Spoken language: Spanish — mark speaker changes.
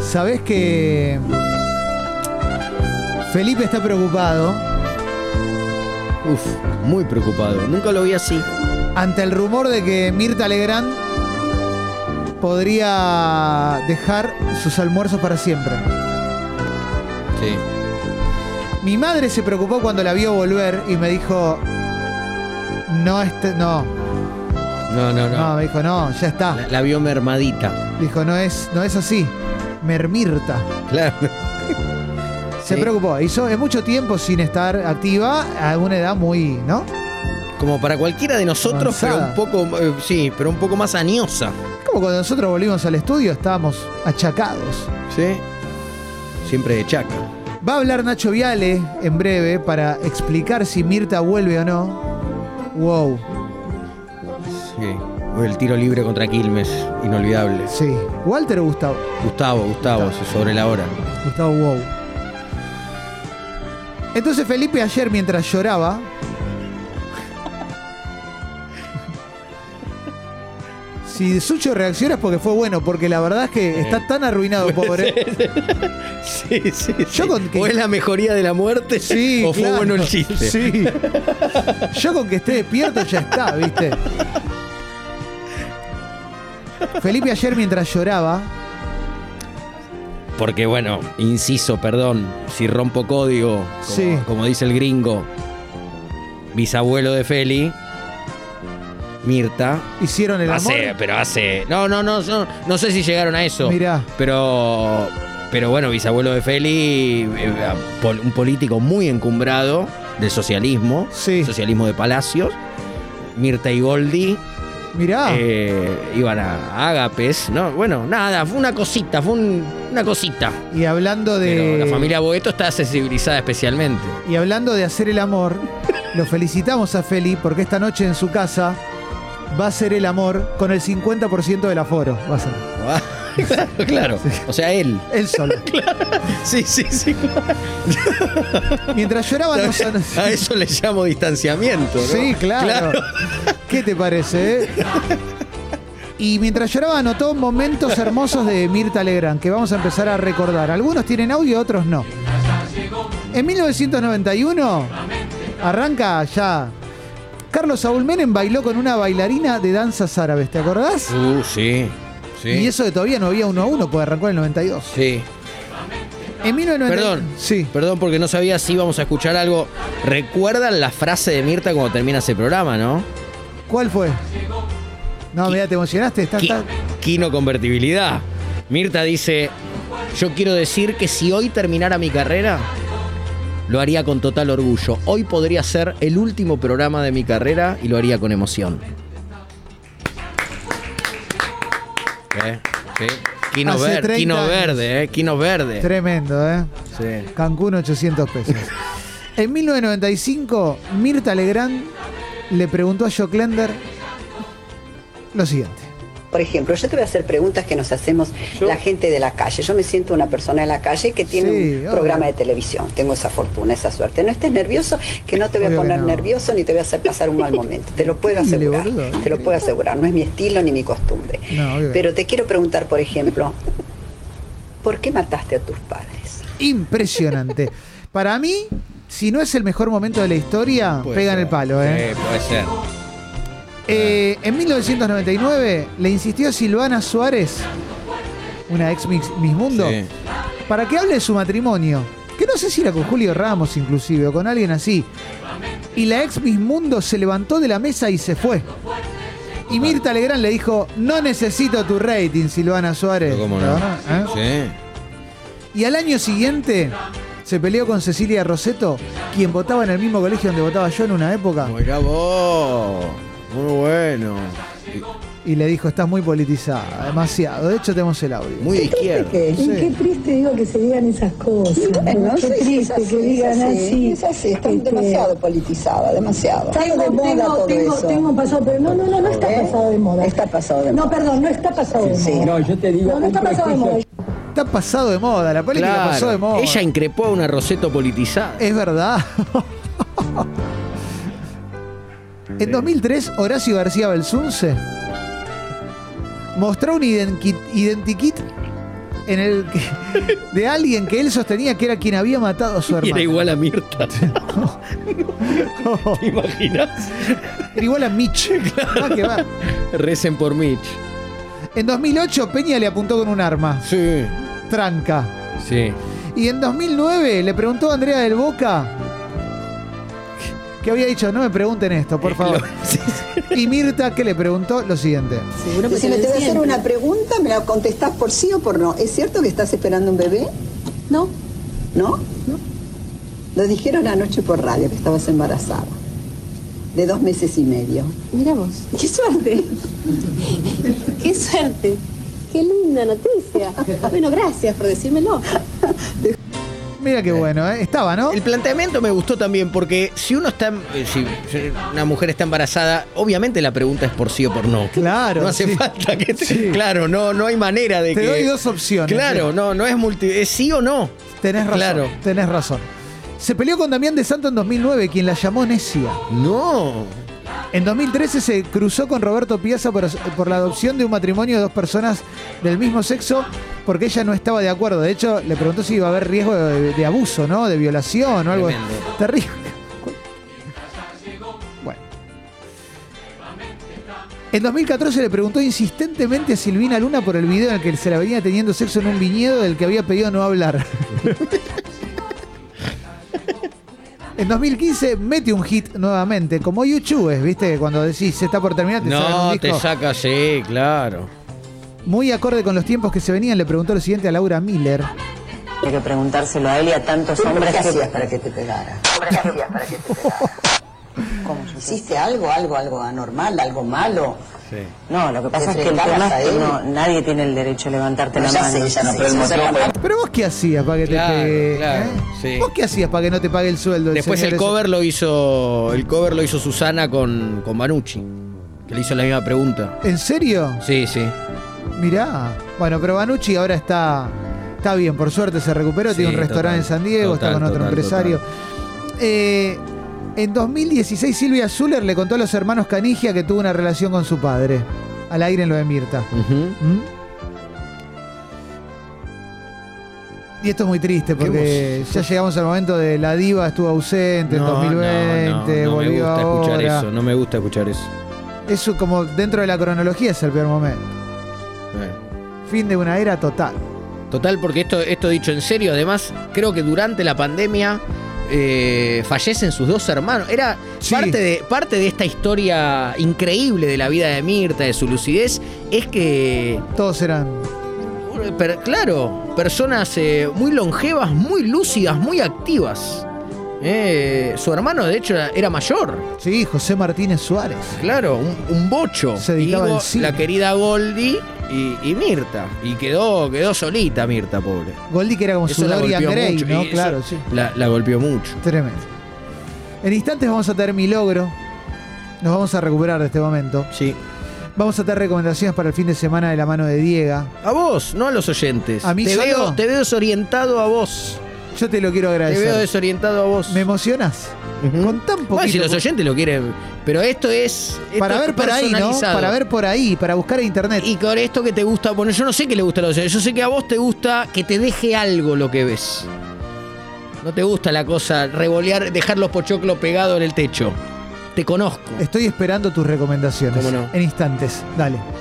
Speaker 1: Sabés que Felipe está preocupado
Speaker 2: Uf, muy preocupado. Nunca lo vi así.
Speaker 1: ante el rumor de que Mirta Legrand podría dejar sus almuerzos para siempre.
Speaker 2: Sí.
Speaker 1: Mi madre se preocupó cuando la vio volver y me dijo, no, este, no,
Speaker 2: No, no,
Speaker 1: no,
Speaker 2: no.
Speaker 1: me dijo, no, ya está.
Speaker 2: La, la vio mermadita.
Speaker 1: Dijo, no es, no es así. Mermirta.
Speaker 2: Claro.
Speaker 1: Se
Speaker 2: Sí.
Speaker 1: preocupó. Hizo es mucho tiempo sin estar activa a una edad muy, ¿no?
Speaker 2: Como para cualquiera de nosotros,
Speaker 1: Avanzada.
Speaker 2: pero un poco, eh, sí, pero un poco más aniosa.
Speaker 1: Como cuando nosotros volvimos al estudio estábamos achacados.
Speaker 2: Sí. Siempre de chaca.
Speaker 1: Va a hablar Nacho Viale en breve para explicar si Mirta vuelve o no. Wow,
Speaker 2: Sí. O El tiro libre contra Quilmes, inolvidable.
Speaker 1: sí. Walter o Gustavo.
Speaker 2: Gustavo, Gustavo, sobre la hora.
Speaker 1: Gustavo Wow. Entonces Felipe ayer mientras lloraba. Si Sucho reacciona es porque fue bueno, porque la verdad es que está tan arruinado, pobre.
Speaker 2: Sí, sí.
Speaker 1: Yo con que-
Speaker 2: O es la mejoría de la muerte,
Speaker 1: Sí,
Speaker 2: o fue
Speaker 1: claro.
Speaker 2: bueno el chiste.
Speaker 1: Sí. Yo con que esté despierto ya está, ¿viste? Felipe ayer mientras lloraba,
Speaker 2: Porque bueno, inciso, perdón, si rompo código, como,
Speaker 1: Sí.
Speaker 2: como dice el gringo, bisabuelo de Feli, Mirta,
Speaker 1: hicieron
Speaker 2: Ah,
Speaker 1: el amor.
Speaker 2: hace, pero hace, no, no, no, no, no sé si llegaron a eso,
Speaker 1: Mirá,
Speaker 2: pero, pero bueno, bisabuelo de Feli, eh, pol- un político muy encumbrado del socialismo,
Speaker 1: Sí.
Speaker 2: socialismo de palacios, Mirta y Goldi,
Speaker 1: mirá.
Speaker 2: eh, iban a Agapes, no, bueno, nada, fue una cosita, fue un- una cosita.
Speaker 1: y hablando de.
Speaker 2: Pero la familia Boeto está sensibilizada especialmente.
Speaker 1: Y hablando de hacer el amor, lo felicitamos a Feli porque esta noche en su casa va a hacer el amor con el 50% del aforo. Va a ser.
Speaker 2: Ah, claro, claro. O sea, él.
Speaker 1: Él solo.
Speaker 2: Sí, sí, sí.
Speaker 1: Mientras lloraba no
Speaker 2: A eso le llamo distanciamiento, ¿no?
Speaker 1: Sí, claro. ¿Qué te parece? eh? Y mientras lloraba anotó momentos hermosos de Mirta Legrand que vamos a empezar a recordar. Algunos tienen audio, otros no. En 1991 arranca ya. Carlos Saúl Menem bailó con una bailarina de danzas árabes, ¿te acordás?
Speaker 2: Uh, sí. Sí.
Speaker 1: Y eso que todavía no había uno a uno, porque arrancó en el 92.
Speaker 2: Sí.
Speaker 1: En 1990.
Speaker 2: Perdón.
Speaker 1: Sí.
Speaker 2: Perdón porque no sabía si íbamos a escuchar algo. ¿Recuerdan la frase de Mirta cuando termina ese programa, no?
Speaker 1: ¿Cuál fue? No, mira, te emocionaste. Está,
Speaker 2: Qui-
Speaker 1: está-
Speaker 2: Quino convertibilidad. Mirta dice, yo quiero decir que si hoy terminara mi carrera, lo haría con total orgullo. Hoy podría ser el último programa de mi carrera y lo haría con emoción. ¿Eh? Sí. Quino,
Speaker 1: Hace
Speaker 2: ver-
Speaker 1: 30
Speaker 2: Quino
Speaker 1: años.
Speaker 2: verde, ¿eh? Quino verde.
Speaker 1: Tremendo, ¿eh?
Speaker 2: Sí.
Speaker 1: Cancún 800 pesos. En 1995, Mirta Legrand le preguntó a Joclender lo siguiente.
Speaker 3: Por ejemplo, yo te voy a hacer preguntas que nos hacemos la gente de la calle. Yo me siento una persona de la calle que tiene
Speaker 1: Sí,
Speaker 3: un
Speaker 1: obvio.
Speaker 3: programa de televisión. Tengo esa fortuna, esa suerte. No estés nervioso, que no te voy a
Speaker 1: Obvio que
Speaker 3: poner
Speaker 1: no.
Speaker 3: nervioso ni te voy a hacer pasar un mal momento. Te lo puedo
Speaker 1: Increíble,
Speaker 3: asegurar.
Speaker 1: boludo,
Speaker 3: Te lo puedo asegurar. No es mi estilo ni mi costumbre.
Speaker 1: No, obvio.
Speaker 3: Pero te quiero preguntar, por ejemplo, ¿por qué mataste a tus padres?
Speaker 1: Impresionante. Para mí, si no es el mejor momento de la historia, pegan el palo, ¿eh?
Speaker 2: Sí, puede ser.
Speaker 1: Eh, en 1999, le insistió Silvana Suárez, una ex Miss Miss Mundo,
Speaker 2: Sí.
Speaker 1: para que hable de su matrimonio. Que no sé si era con Julio Ramos, inclusive, o con alguien así. Y la ex Miss Mundo se levantó de la mesa y se fue. Y Mirta Legrand le dijo: No necesito tu rating, Silvana Suárez.
Speaker 2: ¿Cómo no?
Speaker 1: ¿Eh?
Speaker 2: Sí.
Speaker 1: Y al año siguiente se peleó con Cecilia Roseto, quien votaba en el mismo colegio donde votaba yo en una época.
Speaker 2: Mirá vos. Muy bueno.
Speaker 1: Y le dijo: Estás muy politizada, demasiado. De hecho, tenemos el audio.
Speaker 2: Muy de izquierda.
Speaker 1: Sí.
Speaker 4: Y qué triste digo que se digan esas cosas.
Speaker 3: Bueno,
Speaker 4: qué
Speaker 3: sí, sí,
Speaker 4: triste que digan así.
Speaker 3: Es así, está
Speaker 4: Este,
Speaker 3: demasiado politizada, demasiado. Está de
Speaker 4: Tengo,
Speaker 3: moda
Speaker 4: tengo,
Speaker 3: todo
Speaker 4: tengo,
Speaker 3: eso.
Speaker 4: tengo pasado, pero no, no, no, no está
Speaker 3: ¿Eh?
Speaker 4: pasado de moda.
Speaker 3: Está pasado de
Speaker 4: No,
Speaker 3: moda.
Speaker 4: perdón, no está pasado de
Speaker 3: Sí,
Speaker 4: moda.
Speaker 5: No, yo te digo,
Speaker 4: No, no
Speaker 5: un
Speaker 4: está pasado de moda.
Speaker 5: prejuicio-
Speaker 1: Está pasado de moda, la política
Speaker 2: Claro.
Speaker 1: pasó de moda.
Speaker 2: Ella increpó a una Roseto politizada.
Speaker 1: Es verdad. en 2003, Horacio García Belsunce mostró un identikit, identikit en el que- de alguien que él sostenía que era quien había matado a su
Speaker 2: Y
Speaker 1: hermano.
Speaker 2: era igual a Mirta. ¿Te imaginas?
Speaker 1: Era igual a Mitch. Va que va.
Speaker 2: Recen por Mitch.
Speaker 1: En 2008 Peña le apuntó con un arma.
Speaker 2: Sí.
Speaker 1: Tranca.
Speaker 2: Sí.
Speaker 1: Y en 2009 le preguntó a Andrea del Boca que había dicho, no me pregunten esto, por favor. Y Mirta que le preguntó lo siguiente.
Speaker 5: Seguro que
Speaker 3: pues si
Speaker 5: te
Speaker 3: me
Speaker 5: lo
Speaker 3: te voy a hacer
Speaker 5: decían.
Speaker 3: una pregunta, me la contestás por sí o por no. ¿Es cierto que estás esperando un bebé?
Speaker 5: No,
Speaker 3: ¿No? Lo dijeron anoche por radio que estabas embarazada. De dos meses y medio.
Speaker 5: mira vos.
Speaker 3: ¡Qué suerte!
Speaker 5: Qué suerte. Qué linda noticia. Bueno, gracias por decírmelo.
Speaker 1: Mira qué bueno, ¿eh? Estaba, ¿no?
Speaker 2: El planteamiento me gustó también porque si uno está, eh, si si una mujer está embarazada, obviamente la pregunta es por sí o por no.
Speaker 1: Claro,
Speaker 2: No hace
Speaker 1: sí.
Speaker 2: falta que te-
Speaker 1: Sí.
Speaker 2: claro, no, no hay manera de
Speaker 1: Te
Speaker 2: que.
Speaker 1: doy dos opciones.
Speaker 2: Claro, no, no es multi, es sí o no.
Speaker 1: Tenés razón.
Speaker 2: Claro.
Speaker 1: Tenés razón. Se peleó con Damián de Santo en 2009, quien la llamó necia.
Speaker 2: No.
Speaker 1: En 2013 se cruzó con Roberto Piazza por, por la adopción de un matrimonio de dos personas del mismo sexo porque ella no estaba de acuerdo. De hecho, le preguntó si iba a haber riesgo de, de abuso, ¿no? De violación o algo.
Speaker 2: Tremendo.
Speaker 1: Terrible. Bueno. En 2014 le preguntó insistentemente a Silvina Luna por el video en el que se la venía teniendo sexo en un viñedo del que había pedido no hablar. En 2015 mete un hit nuevamente, como YouTube, ¿viste? Cuando decís, se está por terminar, te sacan un
Speaker 2: No, te
Speaker 1: disco".
Speaker 2: saca, sí, claro.
Speaker 1: Muy acorde con los tiempos que se venían, le preguntó lo siguiente a Laura Miller.
Speaker 6: Hay que preguntárselo a él y a tantos
Speaker 3: ¿Qué
Speaker 6: hombres
Speaker 3: hacías
Speaker 6: que...
Speaker 3: para que te pegara?
Speaker 6: ¿Cómo yo te-
Speaker 3: ¿Hiciste algo, algo, algo anormal, algo malo?
Speaker 2: Sí.
Speaker 6: No, lo que pasa es
Speaker 3: ¿Te
Speaker 6: que el tema
Speaker 3: enfrentabas
Speaker 6: es que
Speaker 3: a él?
Speaker 6: no, nadie tiene el derecho a levantarte
Speaker 3: No,
Speaker 6: la
Speaker 3: ya
Speaker 6: mano.
Speaker 3: sé, ya sé,
Speaker 6: pero el
Speaker 3: ya sé.
Speaker 6: motor-
Speaker 1: Pero vos qué hacías para que
Speaker 2: Claro,
Speaker 1: te pegue,
Speaker 2: claro,
Speaker 1: eh?
Speaker 2: sí.
Speaker 1: ¿Vos qué hacías para que no te pague el sueldo?
Speaker 2: Después
Speaker 1: señor
Speaker 2: el
Speaker 1: ese?
Speaker 2: cover lo hizo. El cover lo hizo Susana con, con Manucci. Que le hizo la misma pregunta.
Speaker 1: ¿En serio?
Speaker 2: Sí, sí.
Speaker 1: Mirá. Bueno, pero Banucci ahora está, está bien, por suerte se recuperó, tiene
Speaker 2: Sí,
Speaker 1: un restaurante
Speaker 2: total,
Speaker 1: en San Diego, está
Speaker 2: total,
Speaker 1: con otro
Speaker 2: total,
Speaker 1: empresario. Eh, en 2016 Silvia Zuller le contó a los hermanos Canigia que tuvo una relación con su padre. Al aire en lo de Mirta.
Speaker 2: Ujú.
Speaker 1: ¿Mm? Y esto es muy triste porque ya llegamos al momento de la diva estuvo ausente en 2020,
Speaker 2: no, no, no me
Speaker 1: volvió
Speaker 2: gusta escuchar
Speaker 1: ahora.
Speaker 2: eso, no me gusta escuchar eso.
Speaker 1: Eso como dentro de la cronología es el peor momento.
Speaker 2: Eh.
Speaker 1: Fin de una era total.
Speaker 2: Total, porque esto, esto dicho en serio, además, creo que durante la pandemia eh, fallecen sus dos hermanos. Era
Speaker 1: Sí.
Speaker 2: parte, de, parte de esta historia increíble de la vida de Mirta, de su lucidez, es que,
Speaker 1: Todos eran
Speaker 2: per- claro, personas eh, muy longevas, muy lúcidas, muy activas. Eh, su hermano, de hecho, era- era mayor.
Speaker 1: Sí, José Martínez Suárez.
Speaker 2: Claro, un, un bocho.
Speaker 1: Se dedicaba
Speaker 2: Y
Speaker 1: al cine.
Speaker 2: La querida Goldie y, y Mirta. Y quedó, quedó solita Mirta, pobre.
Speaker 1: Goldi que era como
Speaker 2: Eso
Speaker 1: su
Speaker 2: la
Speaker 1: Dorian
Speaker 2: golpeó
Speaker 1: Gray,
Speaker 2: mucho,
Speaker 1: ¿no?
Speaker 2: y eso
Speaker 1: Claro, sí.
Speaker 2: La, la golpeó mucho.
Speaker 1: Tremendo. En instantes vamos a tener mi logro. Nos vamos a recuperar de este momento.
Speaker 2: Sí.
Speaker 1: Vamos a tener recomendaciones para el fin de semana de la mano de Diega.
Speaker 2: A vos, no a los oyentes.
Speaker 1: ¿A mí
Speaker 2: te
Speaker 1: solo?
Speaker 2: veo, te veo desorientado a vos.
Speaker 1: Yo te lo quiero
Speaker 2: Te veo
Speaker 1: agradecer.
Speaker 2: desorientado a vos.
Speaker 1: Me emocionas.
Speaker 2: Ujú.
Speaker 1: Con tan poquito.
Speaker 2: Bueno, si los oyentes lo quieren. Pero esto es. esto
Speaker 1: para
Speaker 2: es
Speaker 1: ver por ahí, ¿no?
Speaker 2: personalizado.
Speaker 1: Para ver por ahí, para buscar en internet.
Speaker 2: Y con esto que te gusta poner. Yo no sé qué le gusta a los oyentes. Yo sé que a vos te gusta que te deje algo lo que ves. No te gusta la cosa, revolear, dejar los pochoclos pegados en el techo. Te conozco.
Speaker 1: Estoy esperando tus recomendaciones.
Speaker 2: ¿Cómo no?
Speaker 1: En instantes. Dale.